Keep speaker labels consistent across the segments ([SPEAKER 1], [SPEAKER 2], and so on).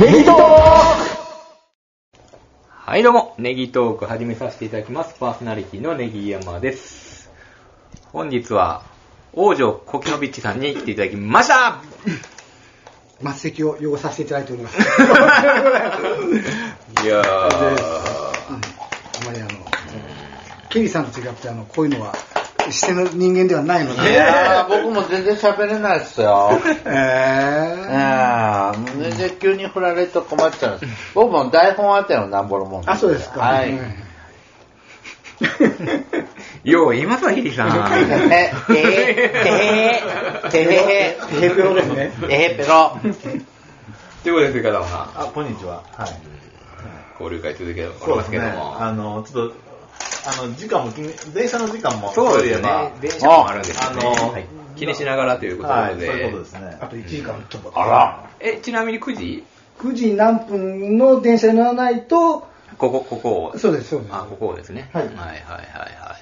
[SPEAKER 1] ネギトークはい、どうも、ネギトーク始めさせていただきます。パーソナリティのネギ山です。本日は、王女コキノビッチさんに来ていただきました
[SPEAKER 2] 末席を汚させていただいております。
[SPEAKER 1] いや
[SPEAKER 2] で
[SPEAKER 1] ー、
[SPEAKER 2] うんあまりあの、ケリーさんと違って、あの、こういうのは、しての人間ではないの
[SPEAKER 3] い
[SPEAKER 2] で。
[SPEAKER 3] やー、僕も全然喋れないっす よ。
[SPEAKER 2] え
[SPEAKER 3] え
[SPEAKER 2] ー、
[SPEAKER 3] ー、もう全然急に振られると困っちゃうんです。僕も台本あったよ、なんぼのもんで。
[SPEAKER 2] あ、そうですか。
[SPEAKER 3] はい。
[SPEAKER 2] うん
[SPEAKER 3] ね、
[SPEAKER 1] よう言いますわ、ヒリさん。
[SPEAKER 3] え、てへ、てへ、てへ、
[SPEAKER 2] てへぺろですね
[SPEAKER 3] てへぺろ。
[SPEAKER 1] ということです、片岡さん。
[SPEAKER 4] あ、こんにちは。はい。
[SPEAKER 1] 交流会続けておりますけども。
[SPEAKER 4] あの、ちょっと、あの、時間も気に、電車の時間も、
[SPEAKER 1] そうですよね。電車もあるんですよね。
[SPEAKER 4] あの
[SPEAKER 1] はい気にしながらということな
[SPEAKER 4] はい、
[SPEAKER 1] の
[SPEAKER 4] そう
[SPEAKER 1] で。
[SPEAKER 4] いうことですね
[SPEAKER 2] あ。と1時間ちょっと。
[SPEAKER 1] ら。え、ちなみに9時
[SPEAKER 2] 9時何分の電車に乗らないと、
[SPEAKER 1] ここ、ここを
[SPEAKER 2] そうです、そうです。
[SPEAKER 1] あ、ここですね。は、
[SPEAKER 2] はいい
[SPEAKER 1] はいはいはいはい。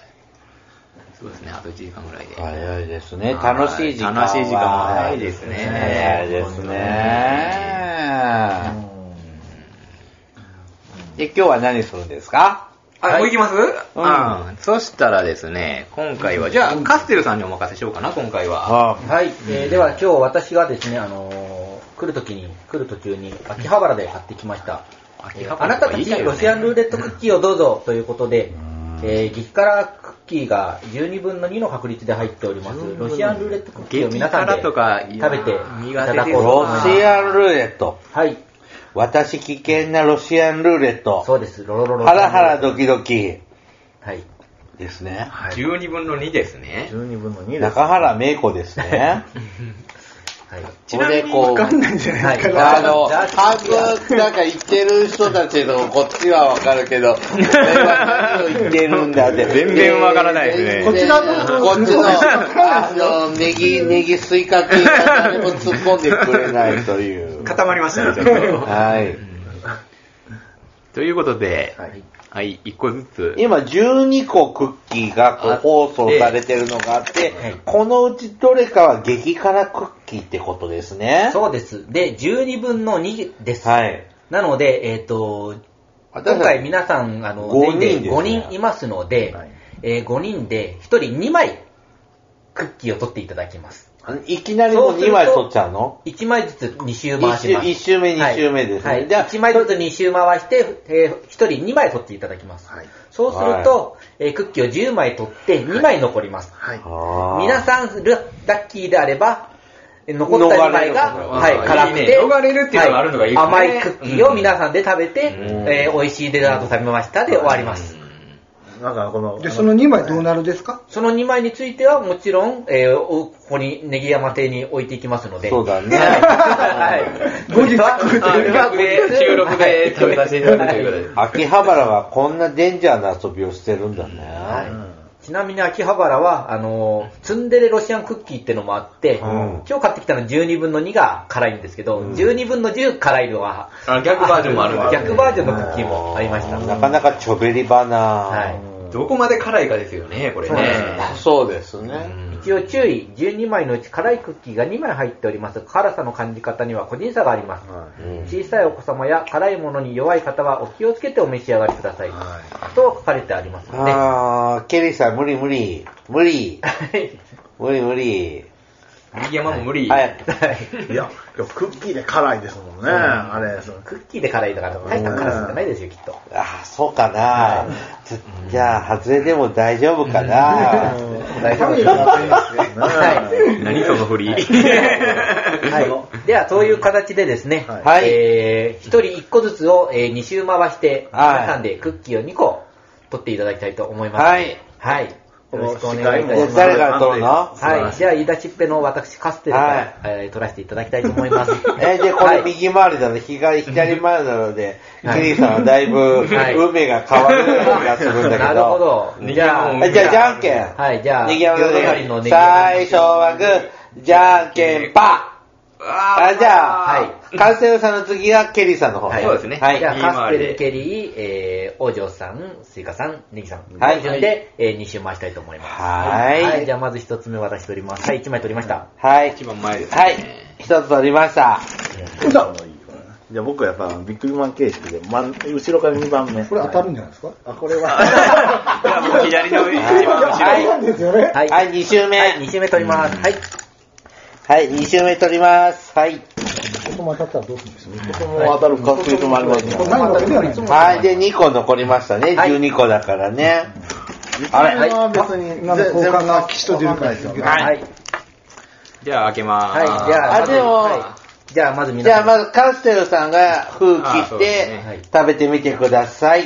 [SPEAKER 1] そうですね、あと1時間ぐらいで。
[SPEAKER 3] 早いですね、楽しい時間は。
[SPEAKER 1] 楽しい時間は早いですね
[SPEAKER 3] 早いですね。
[SPEAKER 4] うん
[SPEAKER 3] で、今日は何するんですか
[SPEAKER 1] はい、もう行きます
[SPEAKER 3] うん
[SPEAKER 1] あん。そしたらですね、今回は、じゃあ、カステルさんにお任せしようかな、今回は。
[SPEAKER 5] はい、えーでは今日私がですね、あのー来る時に、来る途中に秋葉原で買ってきました。
[SPEAKER 1] 秋
[SPEAKER 5] え
[SPEAKER 1] 葉
[SPEAKER 5] ーあ
[SPEAKER 1] 原
[SPEAKER 5] な
[SPEAKER 1] と
[SPEAKER 5] た
[SPEAKER 1] か
[SPEAKER 5] た
[SPEAKER 1] いい
[SPEAKER 5] ち
[SPEAKER 1] よね
[SPEAKER 5] ロシアンルーレットクッキーをどうぞということで、えー激辛クッキーが12分の2の確率で入っております。ロシアンルーレットクッキーを皆さんで
[SPEAKER 1] 激辛とか
[SPEAKER 5] 食べていただこうと
[SPEAKER 3] ロ
[SPEAKER 5] 思います。
[SPEAKER 3] シアンルーレット。
[SPEAKER 5] はい、
[SPEAKER 3] 私危険なロシアンルーレット。
[SPEAKER 5] そうです。ロロロロ。
[SPEAKER 3] ハラハラドキドキ
[SPEAKER 5] はい。
[SPEAKER 3] ですね。
[SPEAKER 1] 12分の2ですね。
[SPEAKER 4] 12分の2です。
[SPEAKER 3] 中原芽子です ね。
[SPEAKER 5] はい。
[SPEAKER 1] ちなみに
[SPEAKER 3] これでこう
[SPEAKER 2] わかんないんじゃないですか。
[SPEAKER 3] あの、半分、なんか言ってる人たちのこっちはわかるけど、俺は何を言ってるんだって。
[SPEAKER 1] 全然わからないですね
[SPEAKER 3] こっちの、こっち
[SPEAKER 2] こっちの
[SPEAKER 3] の、あの、ネギ、ネギスイカ系が誰も突っ込んでくれないという。
[SPEAKER 1] 固まりましたね、ちょっと。
[SPEAKER 3] はい。
[SPEAKER 1] ということで、
[SPEAKER 5] はい
[SPEAKER 1] はい、1個ずつ。
[SPEAKER 3] 今12個クッキーがこう放送されてるのがあって
[SPEAKER 5] はい、
[SPEAKER 3] このうちどれかは激辛クッキーってことですね。
[SPEAKER 5] そうです。で、12分の2です。
[SPEAKER 3] はい。
[SPEAKER 5] なので、えっ、と、今
[SPEAKER 3] 私
[SPEAKER 5] 回皆さん、あの、
[SPEAKER 3] 五人
[SPEAKER 5] 全員
[SPEAKER 3] ですね
[SPEAKER 5] 5人いますので、
[SPEAKER 4] はい
[SPEAKER 5] えー5人で1人2枚クッキーを取っていただきます。
[SPEAKER 3] いきなりもう2枚取っちゃうの
[SPEAKER 5] 1枚ずつ2周回
[SPEAKER 3] 一
[SPEAKER 5] し
[SPEAKER 3] 周
[SPEAKER 5] ます。
[SPEAKER 3] 一周目、二周目です
[SPEAKER 5] はいは
[SPEAKER 3] ね。
[SPEAKER 5] い
[SPEAKER 3] じゃあ
[SPEAKER 5] 1枚ずつ2周回して、えー1人2枚取っていただきます。
[SPEAKER 4] はい
[SPEAKER 5] そうすると、えークッキーを10枚取って2枚残ります。
[SPEAKER 4] はい。
[SPEAKER 3] あー
[SPEAKER 5] 皆さん、ラッキーであれば、えー残った2枚
[SPEAKER 3] 逃
[SPEAKER 5] が、
[SPEAKER 3] れる
[SPEAKER 5] はい、辛く
[SPEAKER 1] いい
[SPEAKER 5] て
[SPEAKER 1] ね、逃れるっていうのがあるのがいいですね
[SPEAKER 5] は甘いクッキーを皆さんで食べて、
[SPEAKER 3] うん
[SPEAKER 5] えー美味しいデザート食べましたで終わります。
[SPEAKER 4] なんかこの、
[SPEAKER 2] で、その2枚どうなるですか
[SPEAKER 5] その2枚についてはもちろん、えーおここにネギ山邸に置いていきますので。
[SPEAKER 3] そうだ ね。
[SPEAKER 5] はい。後日は、
[SPEAKER 1] あ予約で収録で食べさせていただくということで。
[SPEAKER 3] 秋葉原はこんなデンジャーな遊びをしてるんだね。
[SPEAKER 5] はい
[SPEAKER 4] うん
[SPEAKER 5] ちなみに秋葉原は、あのー、ツンデレロシアンクッキーってのもあって、
[SPEAKER 3] ん
[SPEAKER 5] 今日買ってきたの12分の2が辛いんですけど、12分の10辛いのは、
[SPEAKER 1] あ逆バージョンもあるんですよ
[SPEAKER 5] 逆バージョンのクッキーもありました。
[SPEAKER 3] なかなかちょべりばな、
[SPEAKER 5] はい。
[SPEAKER 1] どこまで辛いかですよね、これね。
[SPEAKER 3] そうです
[SPEAKER 1] う
[SPEAKER 3] ね。
[SPEAKER 1] ん
[SPEAKER 5] 一応注意、12枚のうち辛いクッキーが2枚入っております。辛さの感じ方には個人差があります。
[SPEAKER 4] はい
[SPEAKER 3] うん
[SPEAKER 5] 小さいお子様や辛いものに弱い方はお気をつけてお召し上がりください。
[SPEAKER 4] は
[SPEAKER 5] と書かれてありますので。は
[SPEAKER 3] あー、ケリーさん無理無理。無理。
[SPEAKER 5] い。
[SPEAKER 3] 無理無理。
[SPEAKER 1] 右山も無理。
[SPEAKER 3] はい。
[SPEAKER 4] いいや、今日クッキーで辛いですもんね。あれ、その
[SPEAKER 5] クッキーで辛いだから大した辛さじゃないですよ、きっと。
[SPEAKER 3] あー、そうかな、ちょじゃあ、外れでも大丈夫かな、
[SPEAKER 5] 大丈夫です。はい。
[SPEAKER 1] 何その振 り。
[SPEAKER 5] はい。では、そういう形でですね、
[SPEAKER 3] はい
[SPEAKER 5] えー、一人一個ずつを、え2周回して、
[SPEAKER 3] はい
[SPEAKER 5] 皆さんでクッキーを2個取っていただきたいと思います。
[SPEAKER 3] はい。
[SPEAKER 5] はい。よ
[SPEAKER 4] この
[SPEAKER 5] ろしくお願いいたし
[SPEAKER 3] で
[SPEAKER 5] ます。
[SPEAKER 3] 誰から取るの。
[SPEAKER 5] はい。じゃあ、言い出しっぺの私、カステルから、えー取らせていただきたいと思います
[SPEAKER 3] えで、こ
[SPEAKER 5] は
[SPEAKER 3] れ
[SPEAKER 5] い
[SPEAKER 3] 右回りなので、左左回りなので、
[SPEAKER 5] はい
[SPEAKER 3] ケリーさんはだいぶ
[SPEAKER 5] はい
[SPEAKER 3] 運命が変わるような気がするんだけど。
[SPEAKER 5] なるほど。
[SPEAKER 1] 右
[SPEAKER 5] じゃ
[SPEAKER 1] 山も
[SPEAKER 5] あ、
[SPEAKER 3] えじゃあ、じゃんけん。
[SPEAKER 5] はい、じゃあ、
[SPEAKER 3] 右山の
[SPEAKER 5] 隣のネギ
[SPEAKER 3] 最初はグー、じゃんけんパー。
[SPEAKER 1] あ
[SPEAKER 3] あ、じゃあ、
[SPEAKER 5] は
[SPEAKER 3] カンセルさんの次はケリーさんの方ね。
[SPEAKER 5] はい
[SPEAKER 1] そうですね
[SPEAKER 3] はい。
[SPEAKER 5] じゃあ、
[SPEAKER 1] 右回
[SPEAKER 5] カス
[SPEAKER 1] り
[SPEAKER 5] テ
[SPEAKER 1] で
[SPEAKER 5] ル、ケリー、えー、王女さん、スイカさん、ネギさん。
[SPEAKER 3] は
[SPEAKER 5] はいい。順で、えー、2周回したいと思います。
[SPEAKER 3] はい
[SPEAKER 5] じゃあ、まず1つ目私取ります。はい、1枚取りました。
[SPEAKER 3] はい
[SPEAKER 1] 一。番前ですね。
[SPEAKER 3] はい。一つ取りました。
[SPEAKER 4] 歌もいいよね。じゃあ僕はやっぱビックリマン形式で、真ん後ろから2番目。
[SPEAKER 2] これ当たるんじゃないですか
[SPEAKER 4] あ、これは。
[SPEAKER 1] じゃあもう左の一番
[SPEAKER 2] 当た
[SPEAKER 1] 後
[SPEAKER 2] るんですよね。
[SPEAKER 5] はい。
[SPEAKER 3] はい、2周目。
[SPEAKER 5] 2周目取ります。はい。
[SPEAKER 3] はい、2周目取ります。はい。
[SPEAKER 2] ここも当たったらどうするんですか
[SPEAKER 4] ここも当たる確率もありますね。
[SPEAKER 2] ないわけではないですか
[SPEAKER 3] はい、で、2個残りましたね。
[SPEAKER 5] はい
[SPEAKER 3] 12個だからね。
[SPEAKER 4] あ
[SPEAKER 3] れはい
[SPEAKER 4] は別に、
[SPEAKER 2] 今の交換が吉と出るからですよ。
[SPEAKER 1] ろ。は。
[SPEAKER 5] はいい。
[SPEAKER 1] じゃあ開けま
[SPEAKER 5] はい。
[SPEAKER 1] ーす。
[SPEAKER 5] じゃあ、
[SPEAKER 3] あ
[SPEAKER 5] まず
[SPEAKER 3] でも
[SPEAKER 5] はいじゃあ、まず皆
[SPEAKER 3] じゃ
[SPEAKER 5] さ
[SPEAKER 3] あ、
[SPEAKER 5] ん。
[SPEAKER 3] まずカステルさんが封
[SPEAKER 1] あ
[SPEAKER 3] 切
[SPEAKER 1] そう
[SPEAKER 3] っ
[SPEAKER 1] ですね
[SPEAKER 3] て
[SPEAKER 5] はい
[SPEAKER 3] 食べてみてください。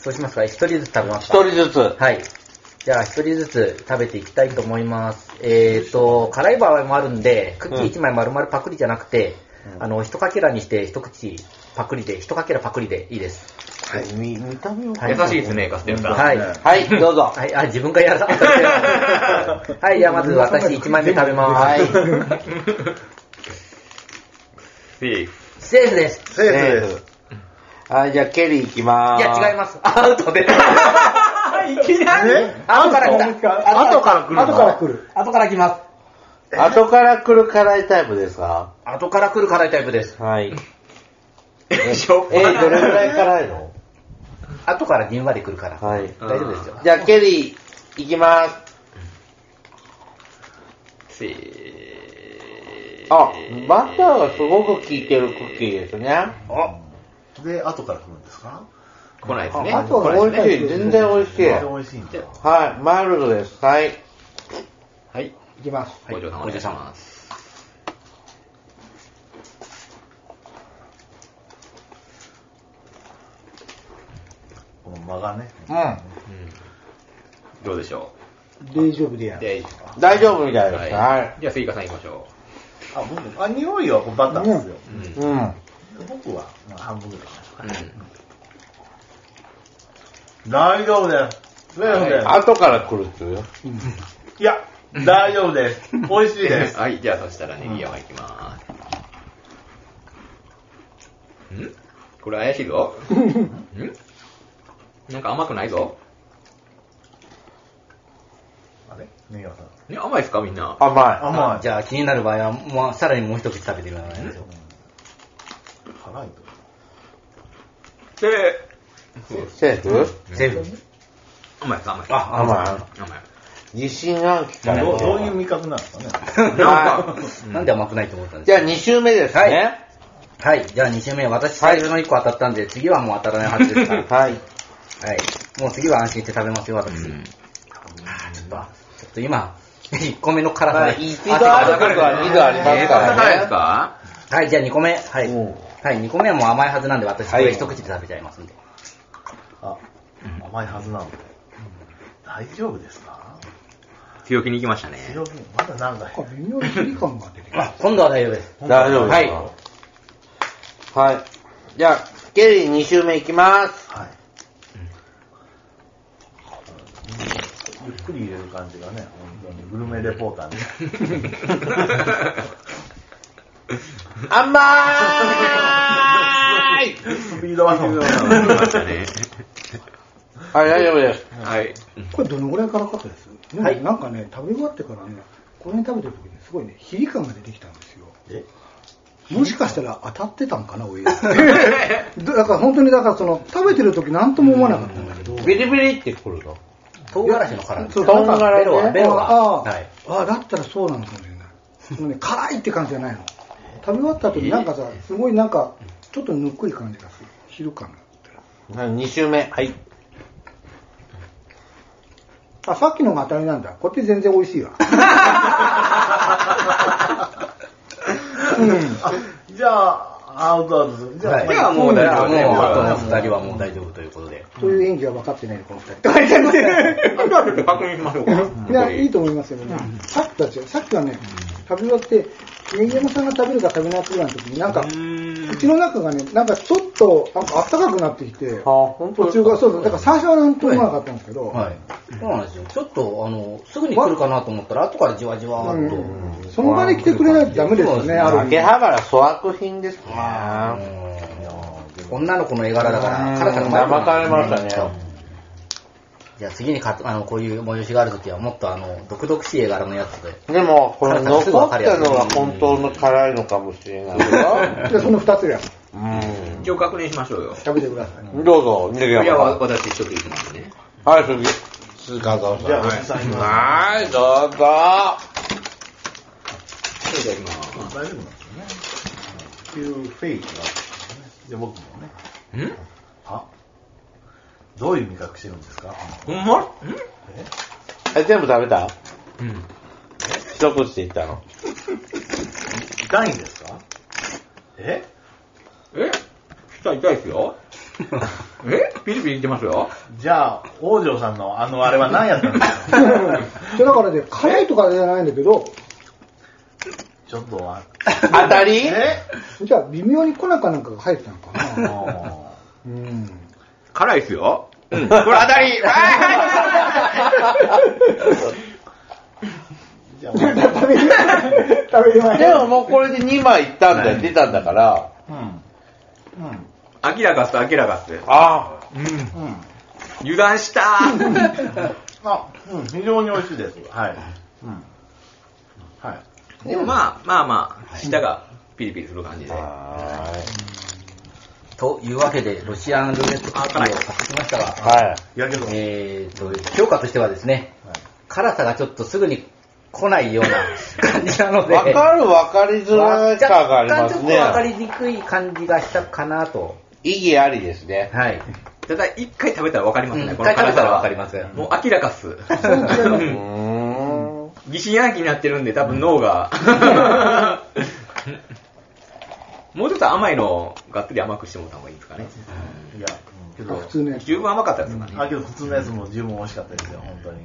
[SPEAKER 5] そうしますか一人ずつ食べます
[SPEAKER 3] 一
[SPEAKER 5] か
[SPEAKER 3] 人ずつ。
[SPEAKER 5] はい。じゃあ、一人ずつ食べていきたいと思います。えーと、辛い場合もあるんで、クッキー1枚丸々パクリじゃなくて、あの、一かけらにして一口パクリで、一かけらパクリでいいです。
[SPEAKER 3] み見た目を
[SPEAKER 5] はい
[SPEAKER 1] 優しいですね、カステルさん。
[SPEAKER 5] はい。
[SPEAKER 3] はい、どうぞ。
[SPEAKER 5] はい、あ、自分がやらはい、じゃあまず 私1枚目食べます。
[SPEAKER 3] はい。
[SPEAKER 1] セーフ。
[SPEAKER 5] セーフです。
[SPEAKER 4] セーフです。
[SPEAKER 3] はい、じゃあ、ケリーいきまー
[SPEAKER 5] い
[SPEAKER 3] す。
[SPEAKER 5] や、違い
[SPEAKER 3] す。
[SPEAKER 5] ます。アウトです。いきなり
[SPEAKER 4] え
[SPEAKER 5] 後から来た。
[SPEAKER 4] 後から来るの
[SPEAKER 2] 後から来る。
[SPEAKER 5] 後から来ます。
[SPEAKER 3] 後から来る辛いタイプですか
[SPEAKER 5] 後から来る辛いタイプです。
[SPEAKER 3] はい。
[SPEAKER 1] え、 しょっ
[SPEAKER 3] え、
[SPEAKER 1] ぱ
[SPEAKER 3] どれ
[SPEAKER 1] な。
[SPEAKER 3] ぐらい辛いの
[SPEAKER 5] 後からじんわり来るから。
[SPEAKER 3] はい。
[SPEAKER 5] 大丈夫ですよ。
[SPEAKER 3] じゃあ、ケリー、いきまーす。
[SPEAKER 1] セーフ。
[SPEAKER 3] あ、バターがすごく効いてるクッキーですね。
[SPEAKER 4] で、後から来るんですか
[SPEAKER 1] 来ないですね。
[SPEAKER 2] ああとは
[SPEAKER 1] 来
[SPEAKER 3] 美
[SPEAKER 1] ないですね
[SPEAKER 3] 味しい、全然美味しい。
[SPEAKER 4] 全然美味しいんだ。
[SPEAKER 3] はい、マイルドです。はい。
[SPEAKER 1] はい。
[SPEAKER 2] いきます。
[SPEAKER 1] ご嬢さんお願いします。
[SPEAKER 4] この間がね。
[SPEAKER 3] うん。
[SPEAKER 1] うんどうでしょ
[SPEAKER 2] 大丈夫でや
[SPEAKER 1] う
[SPEAKER 2] る。
[SPEAKER 1] 大丈夫ですか
[SPEAKER 3] 大丈夫みたいです。
[SPEAKER 1] は。
[SPEAKER 3] はい
[SPEAKER 1] じゃあ、スイカさん行きましょ
[SPEAKER 4] あ、僕、あ、匂いはこうバターですよ。
[SPEAKER 1] う。うん。
[SPEAKER 3] い。うん。
[SPEAKER 4] 僕は、まあ、半分ぐらいか
[SPEAKER 1] うん
[SPEAKER 4] な。大丈夫です。大丈夫です。
[SPEAKER 3] 後から来るっていう。
[SPEAKER 4] いや、大丈夫です。美味しいです。
[SPEAKER 1] はい、じゃあ、そしたらネギ山行きまーす。んこれ怪しいぞ。んなんか甘くないぞ。
[SPEAKER 4] あれネギワさん。
[SPEAKER 1] ね、甘いですかみんな。
[SPEAKER 3] 甘
[SPEAKER 4] 甘い。
[SPEAKER 5] じゃあ気になる場合は、もうさらにもう一口食べてください。
[SPEAKER 4] 辛いと。
[SPEAKER 1] で、
[SPEAKER 3] い。セーフ
[SPEAKER 5] セーフ。
[SPEAKER 1] 甘いですか甘いですか
[SPEAKER 5] あ、甘い。
[SPEAKER 3] 甘
[SPEAKER 1] 甘い。
[SPEAKER 3] い。自信暗記から
[SPEAKER 4] ど
[SPEAKER 3] ね
[SPEAKER 4] うどういう味覚なんですかね。
[SPEAKER 1] なんかうん
[SPEAKER 5] なんで甘くないと思ったんで
[SPEAKER 3] じ
[SPEAKER 5] す
[SPEAKER 3] ゃ
[SPEAKER 5] か
[SPEAKER 3] あ2周目です
[SPEAKER 5] はい
[SPEAKER 3] ね。
[SPEAKER 5] はい、じゃあ2周目、私最初の1個当たったんで、次はもう当たらないはずです から。
[SPEAKER 3] はい。
[SPEAKER 5] はい。もう次は安心して食べますよ、私。
[SPEAKER 1] うん
[SPEAKER 5] あーちょっと、ちょっと今、1個目の辛
[SPEAKER 3] ま
[SPEAKER 5] さ
[SPEAKER 3] あ
[SPEAKER 5] で。
[SPEAKER 3] 一度あることは二度ありま
[SPEAKER 1] えーそんな
[SPEAKER 3] すからね
[SPEAKER 1] 高いですか
[SPEAKER 5] はい、じゃあ2個目。はい。
[SPEAKER 3] おう
[SPEAKER 5] はい、2個目はもう甘いはずなんで、私これ一口で食べちゃいますんで。
[SPEAKER 4] あ、甘いはずなので。大丈夫ですか
[SPEAKER 1] 強気に行きましたね。
[SPEAKER 4] 強気まだなんか
[SPEAKER 2] なんか微妙に距離感が出てきます。
[SPEAKER 5] 今度は大丈夫です。
[SPEAKER 3] 大丈夫
[SPEAKER 5] は
[SPEAKER 3] で
[SPEAKER 5] い
[SPEAKER 3] す。かはい。じゃあ、ケリー2周目いきます。
[SPEAKER 4] はい。ゆっくり入れる感じがね、本当にグルメレポーターみたい
[SPEAKER 3] 甘ーい
[SPEAKER 4] な。 スピードは
[SPEAKER 1] 行きましたね。
[SPEAKER 3] はい、大丈夫です。
[SPEAKER 1] はい。
[SPEAKER 2] これどのぐらい辛かったですでもなんかね、食べ終わってからね、これに食べてる時にすごいね、比喩感が出てきたんですよ。
[SPEAKER 4] え
[SPEAKER 2] もしかしたら当たってたんかな、お湯。だから本当に、だからその、食べてる時なんとも思わなかったんだけど。
[SPEAKER 3] ビリビリって来るの
[SPEAKER 5] 唐辛子の辛
[SPEAKER 2] そう
[SPEAKER 5] さ。
[SPEAKER 2] なんか
[SPEAKER 3] 唐辛子
[SPEAKER 5] ベロは、ベロは。
[SPEAKER 2] あ
[SPEAKER 5] はい。
[SPEAKER 2] あ、ああだったらそうなのかもしれない。そのね、辛いって感じじゃないの。食べ終わった後になんかさ、すごいなんか、ちょっとぬっくい感じがする。昼感が。
[SPEAKER 3] はい、2周目。はい。
[SPEAKER 2] あ、さっきのが当たりなんだ。こっち全然美味しいわ。
[SPEAKER 4] じゃあ、アウトアウトする。じゃあ、
[SPEAKER 5] はい
[SPEAKER 1] じゃあもう大丈夫ね
[SPEAKER 5] もう
[SPEAKER 1] これは
[SPEAKER 5] あとの2人はもう大丈夫ということで。
[SPEAKER 2] という演技は分かってないねこの二人。とか言って
[SPEAKER 1] あとはちょっと確認しましょうか。
[SPEAKER 2] いや、いいと思いますよね。さっきとは違う。さっきはね、食べ終わって、ネギ山さんが食べるか食べないかぐらいの時に、なんか、口の中がね、なんかちょっと、なんか暖かくなってきて、
[SPEAKER 3] 本
[SPEAKER 2] 途中が、そうそう、だから最初はなんとも思わなかったんですけど、
[SPEAKER 5] はい。そうなんですよ。ちょっと、あの、すぐに来るかなと思ったら、後からじわじわーっと。
[SPEAKER 2] うんその場で来てくれないとダメですよね、ある意味
[SPEAKER 3] 秋。葉原粗悪品ですね。
[SPEAKER 5] あの女の子の絵柄だから、辛さがまだ
[SPEAKER 3] 騙されましたね。
[SPEAKER 5] じゃあ次にかあのこういう催しがあるときはもっとあの毒々しい絵柄のやつで。
[SPEAKER 3] でも、これ
[SPEAKER 5] 辛さすぐ
[SPEAKER 3] 残
[SPEAKER 5] 分
[SPEAKER 3] っ
[SPEAKER 5] かるや
[SPEAKER 3] た
[SPEAKER 5] つ
[SPEAKER 3] のが本当の辛いのかもしれないよ。
[SPEAKER 2] で、その二つが。
[SPEAKER 3] うん
[SPEAKER 1] 一応確認しましょうよ。
[SPEAKER 2] 食べてくだ さい。
[SPEAKER 3] どうぞ、ネギ
[SPEAKER 1] いや、
[SPEAKER 3] 山
[SPEAKER 1] わ私一人行きますね。
[SPEAKER 3] さん。はい、次。鈴川さん。
[SPEAKER 4] じゃあ、おじさん今。
[SPEAKER 3] はい、どうぞ。
[SPEAKER 1] いただきま
[SPEAKER 4] 大丈夫なんですよね。っていうフェイクがあったんですよね。で、僕もね。
[SPEAKER 1] す。ん
[SPEAKER 4] あどういう味覚してるんですか
[SPEAKER 1] ほんまん
[SPEAKER 4] え
[SPEAKER 3] え、全部食べた
[SPEAKER 1] うん。
[SPEAKER 3] 一口でいったの。
[SPEAKER 4] 痛いんですかえ
[SPEAKER 1] え痛い痛いですよ。えピリピリいってますよ。
[SPEAKER 4] じゃあ、王女さんのあのあれは何やったんですか
[SPEAKER 2] そうだからね、辛いとかじゃないんだけど、
[SPEAKER 4] ちょっとあ、
[SPEAKER 3] 当たり
[SPEAKER 4] え
[SPEAKER 2] じゃあ微妙に粉かなんかが入ってたのか
[SPEAKER 4] あ
[SPEAKER 2] な。
[SPEAKER 4] の
[SPEAKER 2] うん。
[SPEAKER 1] 辛いですよ。うん。これ当たりわ
[SPEAKER 4] ーじゃあ、
[SPEAKER 2] 食べれ食べれま
[SPEAKER 3] で
[SPEAKER 2] せ
[SPEAKER 3] ももうこれで2枚いったんだよ、出たんだから。
[SPEAKER 4] うん。うん。
[SPEAKER 1] ーい明らかっす、明らかっす。
[SPEAKER 3] あ
[SPEAKER 1] うん。
[SPEAKER 4] うん。
[SPEAKER 1] 油断したー
[SPEAKER 4] あ、うん、非常に美味しいです。はい。うん。はい。
[SPEAKER 1] でもまあ、まあまあ、舌がピリピリする感じで。
[SPEAKER 3] は
[SPEAKER 5] というわけで、ロシアンルーレットパーティーを買ってきましたが、
[SPEAKER 3] い。はい。
[SPEAKER 4] いやけど、はい。
[SPEAKER 5] えーと、評価としてはですね、辛さがちょっとすぐに来ないような感じなので、
[SPEAKER 3] わかる分かりづらさがありま
[SPEAKER 5] 若干ちょ
[SPEAKER 3] す
[SPEAKER 5] っと分か
[SPEAKER 3] ね。
[SPEAKER 5] りにくい感じがしたかなと。
[SPEAKER 3] 意義ありですね。
[SPEAKER 5] はい。
[SPEAKER 1] ただ、一回食べたらわかりますね、
[SPEAKER 5] うん
[SPEAKER 1] この辛さは。
[SPEAKER 5] 一回食べたらわかります
[SPEAKER 1] もう明らかっす。
[SPEAKER 3] うーん。
[SPEAKER 1] 疑心暗鬼になってるんで、多分脳が。もうちょっと甘いのをがっつり甘くしてもらった方がいいですかね。
[SPEAKER 4] いや、うんけど、
[SPEAKER 2] 普通のやつ。
[SPEAKER 1] 十分甘かったですかね。
[SPEAKER 4] あ、けど普通のやつも十分美味しかったですよ、本当に。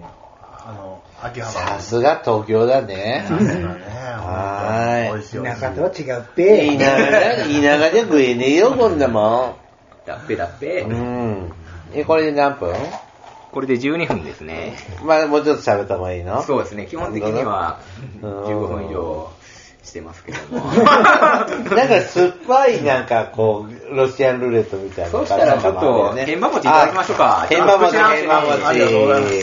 [SPEAKER 4] あの、秋葉原
[SPEAKER 3] さすが東京だね。
[SPEAKER 4] のね。
[SPEAKER 3] はーい
[SPEAKER 4] 美味しい美味しい
[SPEAKER 2] 中とは違うっ
[SPEAKER 3] 言い
[SPEAKER 2] て。
[SPEAKER 3] ながら、言いながらじゃ食えねえよ、こんなも
[SPEAKER 1] だっぺだっ
[SPEAKER 3] ん。
[SPEAKER 1] ぺ
[SPEAKER 3] う。ん。え、これで何分
[SPEAKER 1] これで12分ですね。
[SPEAKER 3] まあもうちょっと喋った方がいいの
[SPEAKER 1] そうですね、基本的には
[SPEAKER 3] うん
[SPEAKER 1] 15分以上してますけども。
[SPEAKER 3] なんか酸っぱいなんかこう、ロシアンルーレットみたいな。
[SPEAKER 1] そうしたらちょっと、天馬餅いただきましょうか。
[SPEAKER 3] 天馬餅、
[SPEAKER 1] ちょっと
[SPEAKER 3] 天馬
[SPEAKER 1] 口
[SPEAKER 3] 餅。
[SPEAKER 1] の
[SPEAKER 4] ありがとうございます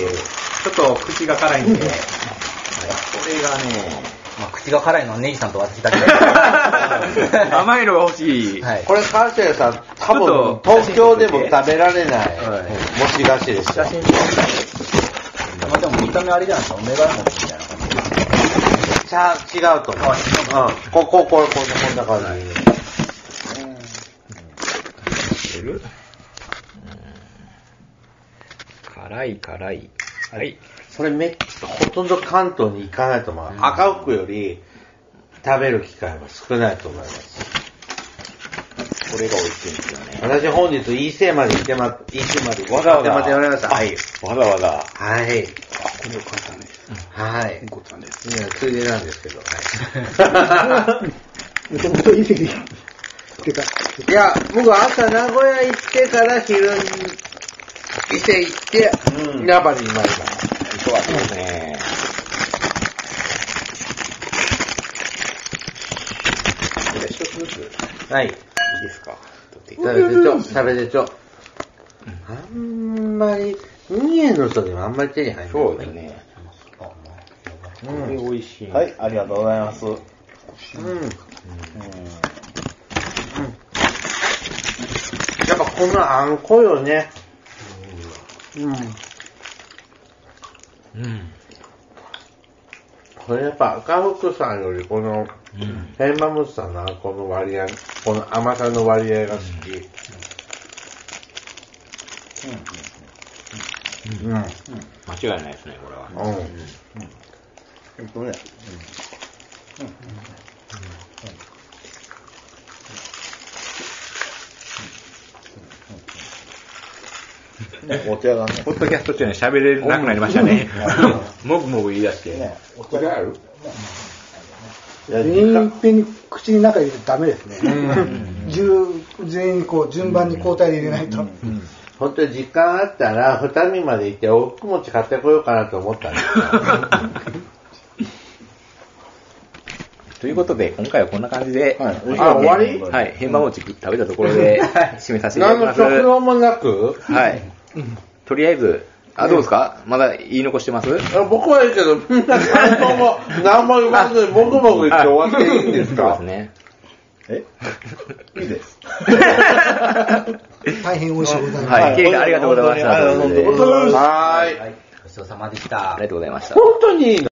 [SPEAKER 1] ちょっと口が辛いんで。これがね、
[SPEAKER 5] まあ、口が辛いのはネギさんと私だけで。
[SPEAKER 1] 甘いのが欲しい。
[SPEAKER 5] はい。
[SPEAKER 3] これ、カルテルさん、多
[SPEAKER 1] ちょ
[SPEAKER 3] 分
[SPEAKER 1] っ、と
[SPEAKER 3] 東京でも食べられない
[SPEAKER 1] はい、
[SPEAKER 3] 餅菓子でした。
[SPEAKER 4] まあでも見た目あれじゃないですか、梅辛餅みたいな感じ。
[SPEAKER 3] ちゃ違うと思う。うん。ここ、これ、こんな、こんな感じ。
[SPEAKER 1] 辛い辛い。はい。
[SPEAKER 3] それめ、ほとんど関東に行かないと思う。赤福より、食べる機会は少ないと思います。
[SPEAKER 1] これが美味しいんですよね。
[SPEAKER 3] 私本日、伊勢まで行ってま、伊勢まで、わざわざ。行ってまでやられました。はい。
[SPEAKER 6] わざわざ。
[SPEAKER 3] はい。
[SPEAKER 6] これを簡単です。
[SPEAKER 3] はい。
[SPEAKER 6] ごちゃんです。
[SPEAKER 3] いや、ついでなんですけど。は
[SPEAKER 2] もともと伊勢で。てか、
[SPEAKER 3] い。いや、僕朝名古屋行ってから昼に伊勢行って、
[SPEAKER 4] うん
[SPEAKER 3] 名張に参りました。
[SPEAKER 6] そうですね。これ一つずついい
[SPEAKER 3] はい。い
[SPEAKER 6] ですか取っていただい
[SPEAKER 3] 食べてちょ、食べてちょ。あんまり、三重の人でもあんまり手に入
[SPEAKER 6] て
[SPEAKER 3] らない。
[SPEAKER 6] そうですね。
[SPEAKER 1] これ美味しい。
[SPEAKER 4] はい、ありがとうございます。うん。
[SPEAKER 3] うん。やっぱこのあんこよね。
[SPEAKER 2] うん。
[SPEAKER 1] うん。
[SPEAKER 3] これやっぱ赤福さんよりこの、天馬ムスさんのあんこの割合、この甘さの割合が好き。うん。うん。
[SPEAKER 1] 間違いないですね、これは。
[SPEAKER 4] えっとね、お茶がね、
[SPEAKER 6] ポッドキャスト中に喋れなくなりましたね。
[SPEAKER 1] もぐもぐ言い出して。
[SPEAKER 4] ね、お
[SPEAKER 6] これある
[SPEAKER 2] 全員いっぺんに口に中入れてダメですね。十全員にこう、順番に交代で入れないと。
[SPEAKER 3] 本当に時間あったら、二人まで行って、おふくもち買ってこようかなと思ったんです
[SPEAKER 6] ということで、今回はこんな感じで、
[SPEAKER 4] はい
[SPEAKER 6] お昼
[SPEAKER 3] あ終わり
[SPEAKER 6] はい、変馬餅食べたところで、 締めさせ
[SPEAKER 3] よ。
[SPEAKER 6] て いた
[SPEAKER 3] 何
[SPEAKER 6] だ
[SPEAKER 3] の
[SPEAKER 6] きます。
[SPEAKER 3] 食堂もなく、
[SPEAKER 6] はい。とりあえず、あ、どうですかまだ言い残してます
[SPEAKER 3] あ僕はいいけど、 みんな感想も何も言わずに、もぐもぐ言って終わっていいんです
[SPEAKER 6] そうで
[SPEAKER 3] か
[SPEAKER 6] すね。
[SPEAKER 3] えい いです。
[SPEAKER 2] 大変美味しいございます。
[SPEAKER 1] はい、ケイさんありがとうございました。
[SPEAKER 3] はい
[SPEAKER 1] ということで
[SPEAKER 3] 本当にありがとうございま
[SPEAKER 1] はーい。
[SPEAKER 5] ごちそうさまでした
[SPEAKER 1] あり。がとうございました。
[SPEAKER 7] 本当にいいの